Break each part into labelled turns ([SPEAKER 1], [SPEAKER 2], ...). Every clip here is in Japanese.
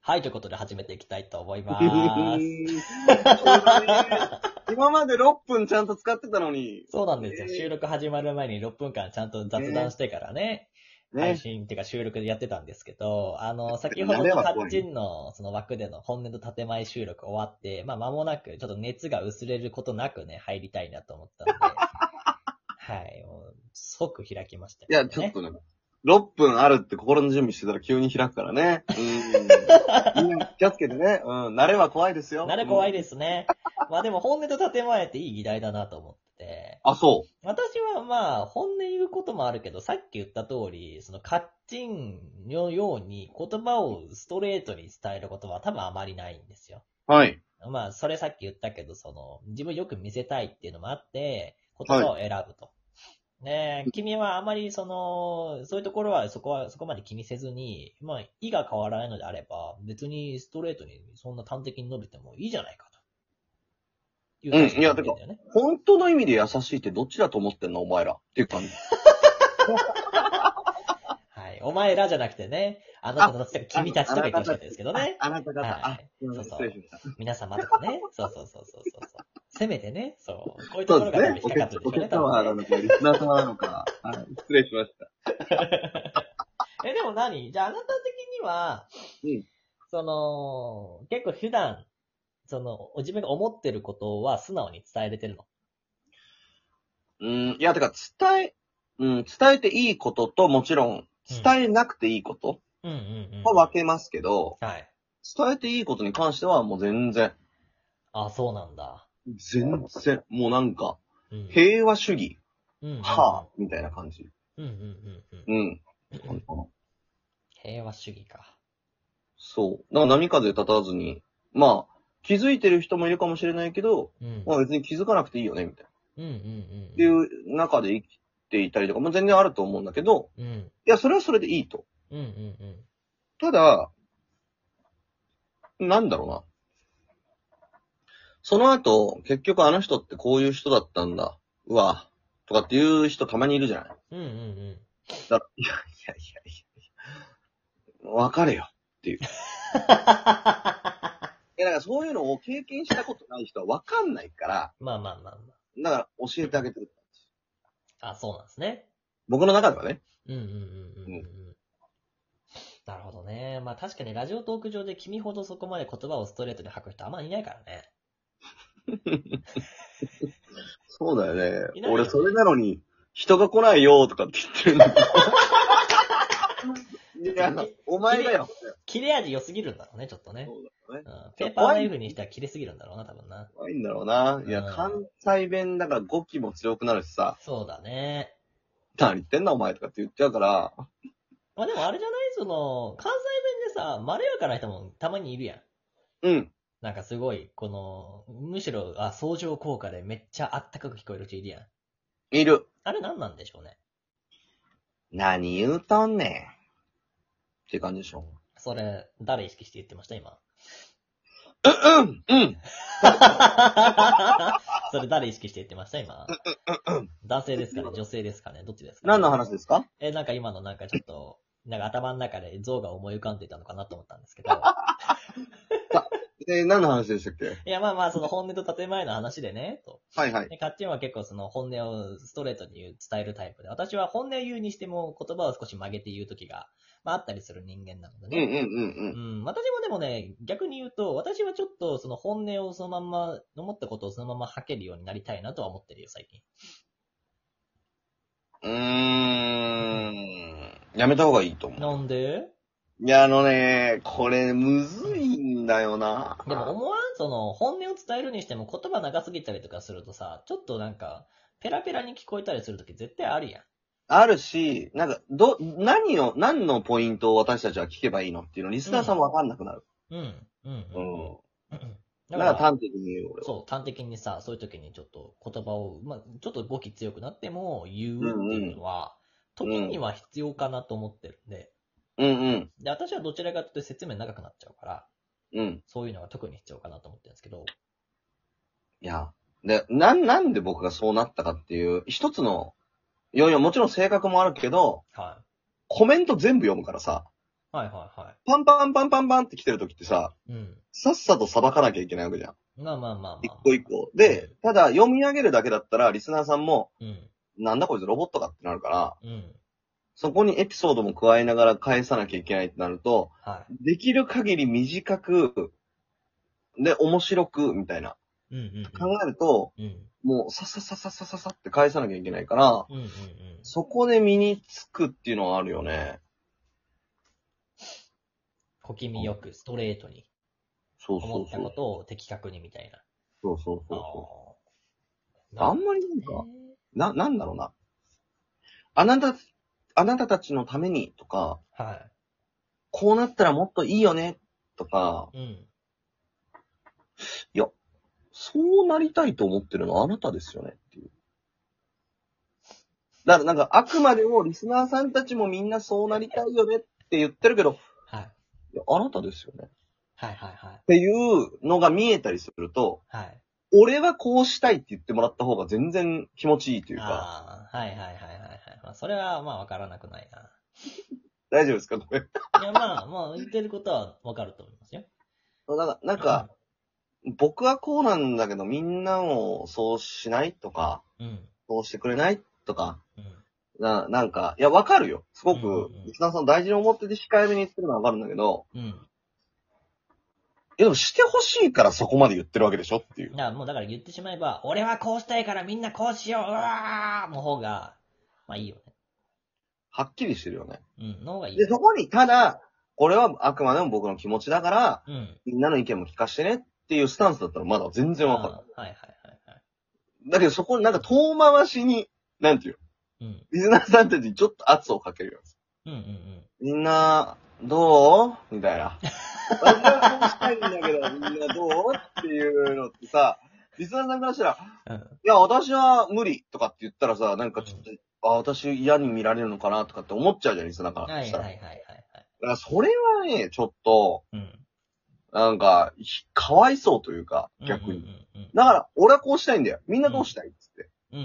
[SPEAKER 1] はい、ということで始めていきたいと思い ます。
[SPEAKER 2] 今まで6分ちゃんと使ってたのに、
[SPEAKER 1] そうなんですよ。
[SPEAKER 2] えー
[SPEAKER 1] 収録始まる前に6分間ちゃんと雑談してからね、配
[SPEAKER 2] ね。
[SPEAKER 1] 信っていうか収録でやってたんですけど、あ の、先ほ
[SPEAKER 2] や
[SPEAKER 1] ど
[SPEAKER 2] め
[SPEAKER 1] の
[SPEAKER 2] は
[SPEAKER 1] タ
[SPEAKER 2] 怖い
[SPEAKER 1] ッチンのその枠での本音と建前収録終わって、まあ間もなくちょっと熱が薄れることなくね、入りたいなと思 ったんで、はい、もう即開きました
[SPEAKER 2] い
[SPEAKER 1] けど
[SPEAKER 2] や、
[SPEAKER 1] ね、
[SPEAKER 2] ちょっとね、6分あるって心の準備してたら急に開くからね。 うん。みんな気をつけてね。うん。慣れは怖いですよ。
[SPEAKER 1] なる怖い
[SPEAKER 2] す。
[SPEAKER 1] ですね。まあでも本音と建前っていい議題だなと思って。
[SPEAKER 2] あ、そ
[SPEAKER 1] 私はまあ本音言うこともあるけど、さっき言った通り、そのカッチンのように言葉をストレートに伝えることは多分あまりないんですよ。
[SPEAKER 2] う。はい。
[SPEAKER 1] まあそれさっき言ったけど、その自分よく見せたいっていうのもあって、言葉を選ぶと。ねえ、君はあまりその、そういうところはそこはそこまで気にせずに、まあ意が変わらないのであれば、別にストレートにそんな端的に述べてもいいじゃないかと。い
[SPEAKER 2] うんいや
[SPEAKER 1] だよね。
[SPEAKER 2] 本当の意味で優しいってどっちだと思ってんのお前ら。っていう感じ。
[SPEAKER 1] はい。お前らじゃなくてね、あなたの人君たちとか言ってほしかったですけどね。
[SPEAKER 2] あなた
[SPEAKER 1] はい
[SPEAKER 2] 方。あ、すいません
[SPEAKER 1] そうそ
[SPEAKER 2] 失
[SPEAKER 1] う
[SPEAKER 2] 礼しました。
[SPEAKER 1] 皆様とかね。そうそうそうそうそうそう。せめてね、そう。こういうところが多分引っかかってるん
[SPEAKER 2] お
[SPEAKER 1] でしょうね、
[SPEAKER 2] 客
[SPEAKER 1] 多
[SPEAKER 2] 様
[SPEAKER 1] 分
[SPEAKER 2] な
[SPEAKER 1] ね。
[SPEAKER 2] のか、リスナー様なのか。はい失礼しました。
[SPEAKER 1] え、でも何じゃああなた的には、
[SPEAKER 2] うん
[SPEAKER 1] その、結構普段、その、自分が思ってることは素直に伝えれてるの。
[SPEAKER 2] うん、いや、てか、伝え、うん、伝えていいことと、もちろん、伝えなくていいこと
[SPEAKER 1] うんうんうん。
[SPEAKER 2] は分けますけど、
[SPEAKER 1] はい。
[SPEAKER 2] 伝えていいことに関しては、もう全然、
[SPEAKER 1] あ、そうなんだ。
[SPEAKER 2] 全然、もうなんか、
[SPEAKER 1] うん。
[SPEAKER 2] 平和主義、
[SPEAKER 1] うんうんうん
[SPEAKER 2] はぁ、みたいな感じ。
[SPEAKER 1] うんうんうんう。
[SPEAKER 2] うんん。
[SPEAKER 1] 平和主義か。
[SPEAKER 2] そう。だから波風立たずに、まあ、気づいてる人もいるかもしれないけど、
[SPEAKER 1] うん。
[SPEAKER 2] まあ別に気づかなくていいよね、みたいな。
[SPEAKER 1] うんうんうん。
[SPEAKER 2] っていう中で生きていたりとかも全然あると思うんだけど、
[SPEAKER 1] うん。
[SPEAKER 2] いや、それはそれでいいと。
[SPEAKER 1] うんうんうん。
[SPEAKER 2] ただ、なんだろうな。その後、結局あの人ってこういう人だったんだ。うわ、とかっていう人たまにいるじゃない
[SPEAKER 1] うんうんうん。
[SPEAKER 2] だ からいやいやいやいや。わかれよ。いや、だからそういうのを経験したことない人はわかんないから、
[SPEAKER 1] まあまあまあま
[SPEAKER 2] だから教えてあげてる。
[SPEAKER 1] あ。あ、そうなんですね。
[SPEAKER 2] 僕の中ではね。
[SPEAKER 1] うんうんうんうんうんうん。なるほどね。まあ確かにラジオトーク上で君ほどそこまで言葉をストレートに吐く人あんまりいないからね。
[SPEAKER 2] そうだよ
[SPEAKER 1] い
[SPEAKER 2] ね
[SPEAKER 1] ない。よ
[SPEAKER 2] 俺それなのに、人が来ないよとかって言ってるんだけど いや、お前だよ。
[SPEAKER 1] 切れ味良すぎるんだろうね、ちょっとね。
[SPEAKER 2] そうだよね
[SPEAKER 1] うん、ペーパーナイフにしては切れすぎるんだろうな、多分な。
[SPEAKER 2] 怖いんだろうな。いや、
[SPEAKER 1] うん
[SPEAKER 2] 関西弁だから語気も強くなるしさ、
[SPEAKER 1] そうだね。
[SPEAKER 2] 何言ってんだお前とかって言っちゃうから、
[SPEAKER 1] まあでもあれじゃないその、関西弁でさ、まろやかな人もたまにいるやん。
[SPEAKER 2] うん。
[SPEAKER 1] なんかすごい、この、むしろ、あ、相乗効果でめっちゃあったかく聞こえる人いるやん。
[SPEAKER 2] いる。
[SPEAKER 1] あれ何なんでしょうね。
[SPEAKER 2] 何言うとんねん。って感じでしょ。
[SPEAKER 1] それ、誰意識して言ってました 今。
[SPEAKER 2] うんうん
[SPEAKER 1] それ誰意識して言ってました今。男性ですかね女性ですかねどっちですか、ね、
[SPEAKER 2] 何の話ですか
[SPEAKER 1] え、なんか今のなんかちょっと、なんか頭の中で像が思い浮かんでいたのかなと思ったんですけ ど。
[SPEAKER 2] えー何の話でしたっけ
[SPEAKER 1] いや、まあまあ、その本音と建前の話でね、と。
[SPEAKER 2] はいはい。
[SPEAKER 1] で、カッチンは結構その本音をストレートに言う、伝えるタイプで、私は本音を言うにしても言葉を少し曲げて言う時が、まああったりする人間なので
[SPEAKER 2] うんうん
[SPEAKER 1] ね。
[SPEAKER 2] うんうん。
[SPEAKER 1] うん、私もでもね、逆に言うと、私はちょっとその本音をそのまんま、思ったことをそのまま吐けるようになりたいなとは思ってるよ、最近。
[SPEAKER 2] うーん。やめた方がいいと思う。
[SPEAKER 1] なんで
[SPEAKER 2] いや、あのね、これ、むずいんだよな。
[SPEAKER 1] でも思わんその、本音を伝えるにしても言葉長すぎたりとかするとさ、ちょっとなんか、ペラペラに聞こえたりするとき絶対あるやん。
[SPEAKER 2] あるし、なんか、ど、何を、何のポイントを私たちは聞けばいいのっていうの、リスナーさんもわかんなくなる。
[SPEAKER 1] うん、うん、
[SPEAKER 2] う
[SPEAKER 1] うん
[SPEAKER 2] ん。
[SPEAKER 1] うん。
[SPEAKER 2] だ
[SPEAKER 1] だ
[SPEAKER 2] か
[SPEAKER 1] からら、
[SPEAKER 2] 端的に言う、俺は。
[SPEAKER 1] そう、端的にさ、そういう時にちょっと言葉を、まあ、ちょっと語気強くなっても言うっていうのは、
[SPEAKER 2] うんうん
[SPEAKER 1] 時には必要かなと思ってるんで、
[SPEAKER 2] うんうん。
[SPEAKER 1] で、私はどちらかというと説明長くなっちゃうから、
[SPEAKER 2] うん。
[SPEAKER 1] そういうのが特に必要かなと思ってるんですけど、
[SPEAKER 2] いや。で、な、なんで僕がそうなったかっていう、一つの、いやいや、もちろん性格もあるけど、
[SPEAKER 1] はい。
[SPEAKER 2] コメント全部読むからさ、
[SPEAKER 1] あはいはいは
[SPEAKER 2] パンパンパンパンパンって来てる時ってさ、
[SPEAKER 1] い。うん。
[SPEAKER 2] さっさと裁かなきゃいけないわけじゃん。
[SPEAKER 1] まあまあまあまあ。
[SPEAKER 2] 一個一個。で、ただ読み上げるだけだったら、リスナーさんも、
[SPEAKER 1] うん。
[SPEAKER 2] なんだこいつロボットかってなるから、
[SPEAKER 1] うん。
[SPEAKER 2] そこにエピソードも加えながら返さなきゃいけないってなると、
[SPEAKER 1] は
[SPEAKER 2] できる限り短く、で、面白く、みたいな。
[SPEAKER 1] い。うんうんうん。
[SPEAKER 2] 考えると、
[SPEAKER 1] うん。
[SPEAKER 2] もう、さささささささって返さなきゃいけないから、
[SPEAKER 1] うんうんうん。
[SPEAKER 2] そこで身につくっていうのはあるよね。
[SPEAKER 1] 小気味よく、ストレートに、
[SPEAKER 2] そうそ
[SPEAKER 1] 思
[SPEAKER 2] う
[SPEAKER 1] った
[SPEAKER 2] そう
[SPEAKER 1] こ。とを的確にみたいな。
[SPEAKER 2] そうそうそうそう。
[SPEAKER 1] あー
[SPEAKER 2] あんまりなん
[SPEAKER 1] なるほど、
[SPEAKER 2] か
[SPEAKER 1] ね
[SPEAKER 2] な、なんだろうな。あなた、あなたたちのためにとか、
[SPEAKER 1] は
[SPEAKER 2] こうなったらもっといいよねとか、
[SPEAKER 1] い。うん。
[SPEAKER 2] そうなりたいと思ってるのはあなたですよねっていう。だからなんか、あくまでもリスナーさんたちもみんなそうなりたいよねって言ってるけど、
[SPEAKER 1] はい。
[SPEAKER 2] いやあなたですよね。っ
[SPEAKER 1] はいはいはい。
[SPEAKER 2] ていうのが見えたりすると、
[SPEAKER 1] はい。
[SPEAKER 2] 俺はこうしたいって言ってもらった方が全然気持ちいいというか、
[SPEAKER 1] ああ、はいはいはいはいはい。まあ、それはまあわからなくないな。
[SPEAKER 2] 大丈夫ですかこれ。
[SPEAKER 1] いやまあ、まあ言ってることはわかると思いますよ。
[SPEAKER 2] なんか、なんか、僕はこうなんだけど、みんなをそうしないとか、
[SPEAKER 1] うん、
[SPEAKER 2] そうしてくれないとか、
[SPEAKER 1] うん。
[SPEAKER 2] な、なんか、いや、わかるよ。す
[SPEAKER 1] う
[SPEAKER 2] ご
[SPEAKER 1] ん
[SPEAKER 2] く
[SPEAKER 1] うんうん、
[SPEAKER 2] リスナーさん大事に思ってて控えめに言ってるのはわかるんだけど、
[SPEAKER 1] うん。うん。
[SPEAKER 2] いや、でもしてほしいからそこまで言ってるわけでしょっていう
[SPEAKER 1] い。や、もうだから言ってしまえば、俺はこうしたいからみんなこうしよう、うわーの方が、まあいいよね。
[SPEAKER 2] はっきりしてるよね。
[SPEAKER 1] うん、の方がいいよ
[SPEAKER 2] で、そこに、ただ、これはあくまでも僕の気持ちだから、
[SPEAKER 1] うん。
[SPEAKER 2] みんなの意見も聞かしてねっていうスタンスだったらまだ全然わかる。
[SPEAKER 1] あーはいはいはいはい。
[SPEAKER 2] だけどそこになんか遠回しに、なんていう
[SPEAKER 1] うん。
[SPEAKER 2] の、リスナーさんたちにちょっと圧をかけるよ。
[SPEAKER 1] うんうんうん。
[SPEAKER 2] みんな、どうみたいな。私はこうしたいんだけど、みんなどうっていうのってさ、リスナーさんからしたら、
[SPEAKER 1] うん。
[SPEAKER 2] いや、私は無理とかって言ったらさ、なんかちょっと、あ、私嫌に見られるのかなとかって思っちゃうじゃん、リスナーから。
[SPEAKER 1] はいはい
[SPEAKER 2] した
[SPEAKER 1] はい
[SPEAKER 2] ら
[SPEAKER 1] はいはい。
[SPEAKER 2] だからそれはね、ちょっと、
[SPEAKER 1] うん。
[SPEAKER 2] なんか、ひかわいそうというか、逆に。
[SPEAKER 1] に
[SPEAKER 2] だから、俺はこうしたいんだよ。みんなどうしたいっつっ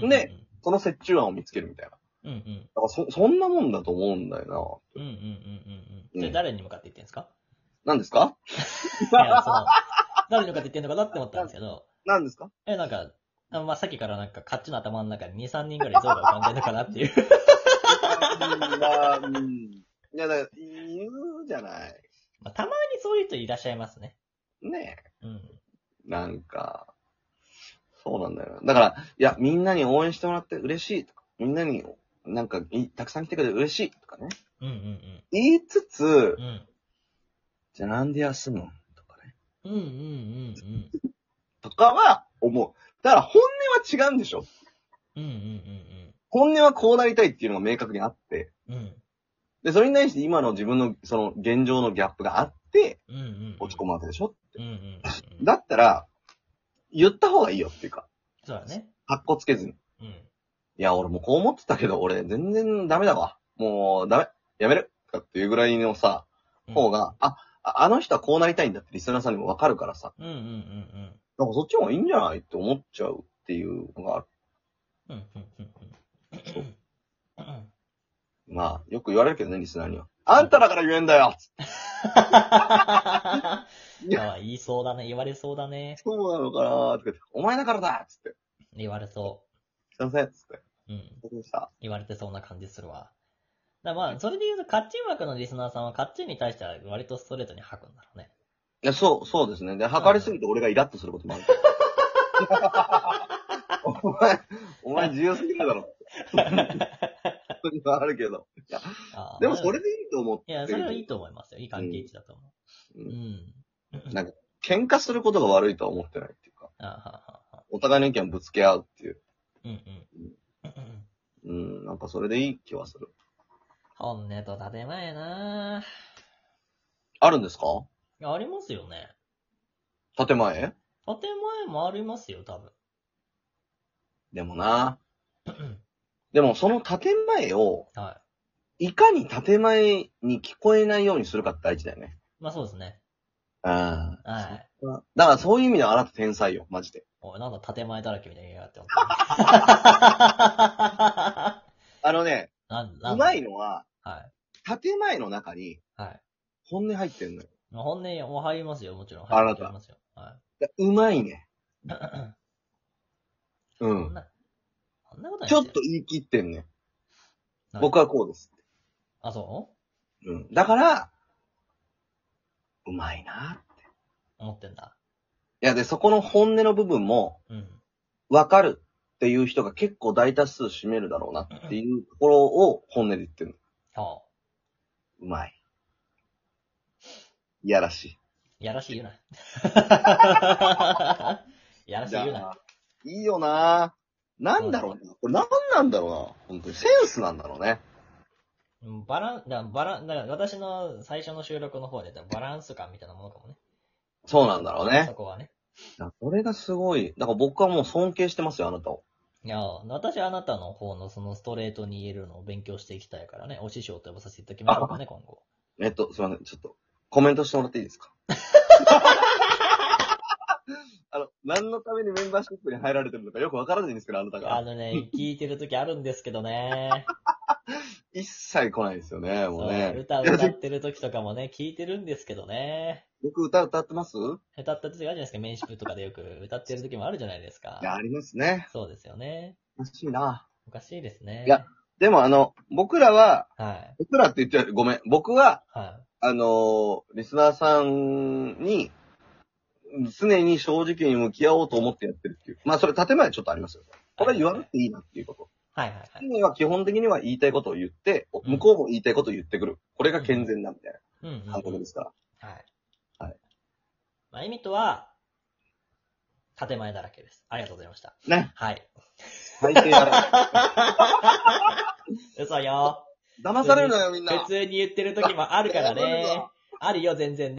[SPEAKER 2] て。
[SPEAKER 1] ら
[SPEAKER 2] ね、その折衷案を見つけるみたいな。
[SPEAKER 1] うんうん。
[SPEAKER 2] だからそ、そんなもんだと思うんだよ
[SPEAKER 1] うんうんうんうんうん。
[SPEAKER 2] うん
[SPEAKER 1] で、誰に向かって言ってんです か
[SPEAKER 2] な。何ですか
[SPEAKER 1] いや、その、誰に向かって言ってんのかなって思ったんですけど、
[SPEAKER 2] 何ですか
[SPEAKER 1] え、なんか、あまあ、さっきからなんか、カッチの頭の中に2、3人ぐらい像が浮かんでるのかなっていう。
[SPEAKER 2] まあ、うん。いや、だから、言うじゃない。
[SPEAKER 1] まあ、たまにそういう人いらっしゃいますね。
[SPEAKER 2] ね
[SPEAKER 1] うん。
[SPEAKER 2] え。なんか、そうなんだよな。だから、いや、みんなに応援してもらって嬉しいとか、みんなに、なんか、いたくさん来てくれて嬉しいとかね。
[SPEAKER 1] うんうん
[SPEAKER 2] 言いつつ
[SPEAKER 1] うん。う、ん。
[SPEAKER 2] じゃあなんで休むのとかね。
[SPEAKER 1] うんうんうんうん。
[SPEAKER 2] とかは思う。だから、本音は違うんでしょ
[SPEAKER 1] うんうん
[SPEAKER 2] 本音はこうなりたいっていうのが明確にあって、
[SPEAKER 1] うんうん。うん。
[SPEAKER 2] で、それに対して今の自分の、その、現状のギャップがあって、
[SPEAKER 1] うんうんうん。
[SPEAKER 2] 落ち込むわけでしょ
[SPEAKER 1] うんうんうんうん。
[SPEAKER 2] だったら、言った方がいいよっていうか、
[SPEAKER 1] そうだね。
[SPEAKER 2] 格好つけずに。
[SPEAKER 1] うん。
[SPEAKER 2] いや、俺もうこう思ってたけど、俺全然ダメだわ。もう、ダメ。やめる。とかっていうぐらいのさ、
[SPEAKER 1] うん
[SPEAKER 2] 方。が、あ、ああの人はこうなりたいんだってリスナーさんにもわかるからさ、
[SPEAKER 1] うんうんうん
[SPEAKER 2] なんかそっちの方がいいんじゃないって思っちゃうっていうのがある。
[SPEAKER 1] うん。うんうんうんうん。うん
[SPEAKER 2] まあ、よく言われるけどね、リスナーには。あんただから言えんだよつって
[SPEAKER 1] あ
[SPEAKER 2] いや
[SPEAKER 1] あ、言いそうだね。言われそうだね。
[SPEAKER 2] そうなのかなとか言って、お前だからだつって。
[SPEAKER 1] 言われそ
[SPEAKER 2] すいませんつって。
[SPEAKER 1] う。うん。
[SPEAKER 2] どうした
[SPEAKER 1] 言われてそうな感じするわ。だからまあ、それで言うと、カッチン枠のリスナーさんは、カッチンに対しては割とストレートに吐くんだろうね。
[SPEAKER 2] いや、そう、そうですね。で、測りすぎて俺がイラッとすることもあ る。お前、お前自由すぎるだろ。 それはあるけど。
[SPEAKER 1] ああ
[SPEAKER 2] でもそれでいいと思って
[SPEAKER 1] い
[SPEAKER 2] る。
[SPEAKER 1] や、それはいいと思いますよ。いい関係値だと思う。
[SPEAKER 2] う
[SPEAKER 1] うんん。
[SPEAKER 2] なんか喧嘩することが悪いとは思ってないっていうか、
[SPEAKER 1] あははは。
[SPEAKER 2] お互いの意見をぶつけ合うっていう。
[SPEAKER 1] うんうん。うん
[SPEAKER 2] うん、なんかそれでいい気はする。
[SPEAKER 1] 本音と建前やな
[SPEAKER 2] あるんですか
[SPEAKER 1] いやありますよね。
[SPEAKER 2] 建前
[SPEAKER 1] 建前もありますよ、多分。
[SPEAKER 2] で もな。でもその建前を、
[SPEAKER 1] はい
[SPEAKER 2] かに建前に聞こえないようにするかって大事だよね。
[SPEAKER 1] い。まあそうですね。
[SPEAKER 2] うん。
[SPEAKER 1] はい。
[SPEAKER 2] だからそういう意味ではあなた天才よ、マジで。
[SPEAKER 1] おい、なんだ建前だらけみたいな映画って思った。
[SPEAKER 2] あのね、
[SPEAKER 1] なんなんだ
[SPEAKER 2] うまいのは、
[SPEAKER 1] はい。
[SPEAKER 2] 建前の中に、
[SPEAKER 1] はい。
[SPEAKER 2] 本音入ってんのよ。
[SPEAKER 1] 本音も入りますよ、もちろん。
[SPEAKER 2] あなた
[SPEAKER 1] 入りますよ。は
[SPEAKER 2] だうま いね。う
[SPEAKER 1] い。そん
[SPEAKER 2] ん。
[SPEAKER 1] な、そんなことない
[SPEAKER 2] ちょっ
[SPEAKER 1] です
[SPEAKER 2] と
[SPEAKER 1] よ。
[SPEAKER 2] 言い切ってんね。
[SPEAKER 1] はい
[SPEAKER 2] 僕はこうです。
[SPEAKER 1] あ、そ
[SPEAKER 2] うん。だから、うまいな。
[SPEAKER 1] う思ってんだ。
[SPEAKER 2] いや、で、そこの本音の部分も、
[SPEAKER 1] うん。
[SPEAKER 2] わかるっていう人が結構大多数占めるだろうなっていうところを本音で言ってるの。
[SPEAKER 1] そう
[SPEAKER 2] まい。いやらしい。
[SPEAKER 1] う。やらしい言う な。やらしい言うな。
[SPEAKER 2] いいよななんだろうな。これなんなんだろうな。本当に。センスなんだろうね。
[SPEAKER 1] うんバラン、だバラン、だ私の最初の収録の方で言ったバランス感みたいなものかもね。
[SPEAKER 2] そうなんだろうね
[SPEAKER 1] そ。こはね。
[SPEAKER 2] それがすごい。だから僕はもう尊敬してますよ、あなたを。
[SPEAKER 1] いや、私あなたの方のそのストレートに言えるのを勉強していきたいからね、お師匠と呼ばさせていただきましょうか ね、今後。
[SPEAKER 2] えっと、すいません。ちょっと、コメントしてもらっていいですか あの、何のためにメンバーシップに入られてるのかよくわからないんですけど、あなた
[SPEAKER 1] あ
[SPEAKER 2] が。
[SPEAKER 1] のね、聞いてる時あるんですけど ね。
[SPEAKER 2] 一切来ないですよね、もう
[SPEAKER 1] そう、
[SPEAKER 2] ね。
[SPEAKER 1] 歌歌ってる時とかもね、聞いてるんですけどね。
[SPEAKER 2] 僕歌歌ってますい
[SPEAKER 1] 歌った時あるじゃないですか、メンシップとかでよく歌ってる時もあるじゃないです
[SPEAKER 2] や、
[SPEAKER 1] か。
[SPEAKER 2] ありますね。
[SPEAKER 1] そうですよね。
[SPEAKER 2] 欲しいな。
[SPEAKER 1] おかしいですね。
[SPEAKER 2] いやでもあの、僕らは、
[SPEAKER 1] はい。
[SPEAKER 2] 僕らって言っちゃうごめん。僕は、
[SPEAKER 1] は
[SPEAKER 2] あのーリスナーさんに、常に正直に向き合おうと思ってやってるっていう。まあそれ建前ちょっとありますよ。これは言わなくていいなっていうこと。
[SPEAKER 1] い。はいはいはい。
[SPEAKER 2] 本人は基本的には言いたいことを言って、向こうも言いたいことを言ってくる。これが健全だみたい
[SPEAKER 1] うん、うんうん。
[SPEAKER 2] な感覚ですから。
[SPEAKER 1] はい。
[SPEAKER 2] はい。
[SPEAKER 1] まあ、意味とは、建前だらけです。ありがとうございました。
[SPEAKER 2] ね。
[SPEAKER 1] はい。
[SPEAKER 2] 最低だ。
[SPEAKER 1] 嘘よ。
[SPEAKER 2] 騙されるなよみんな。
[SPEAKER 1] 普通に言ってる時もあるから
[SPEAKER 2] やばい
[SPEAKER 1] ね
[SPEAKER 2] わ。
[SPEAKER 1] あるよ、全然ね。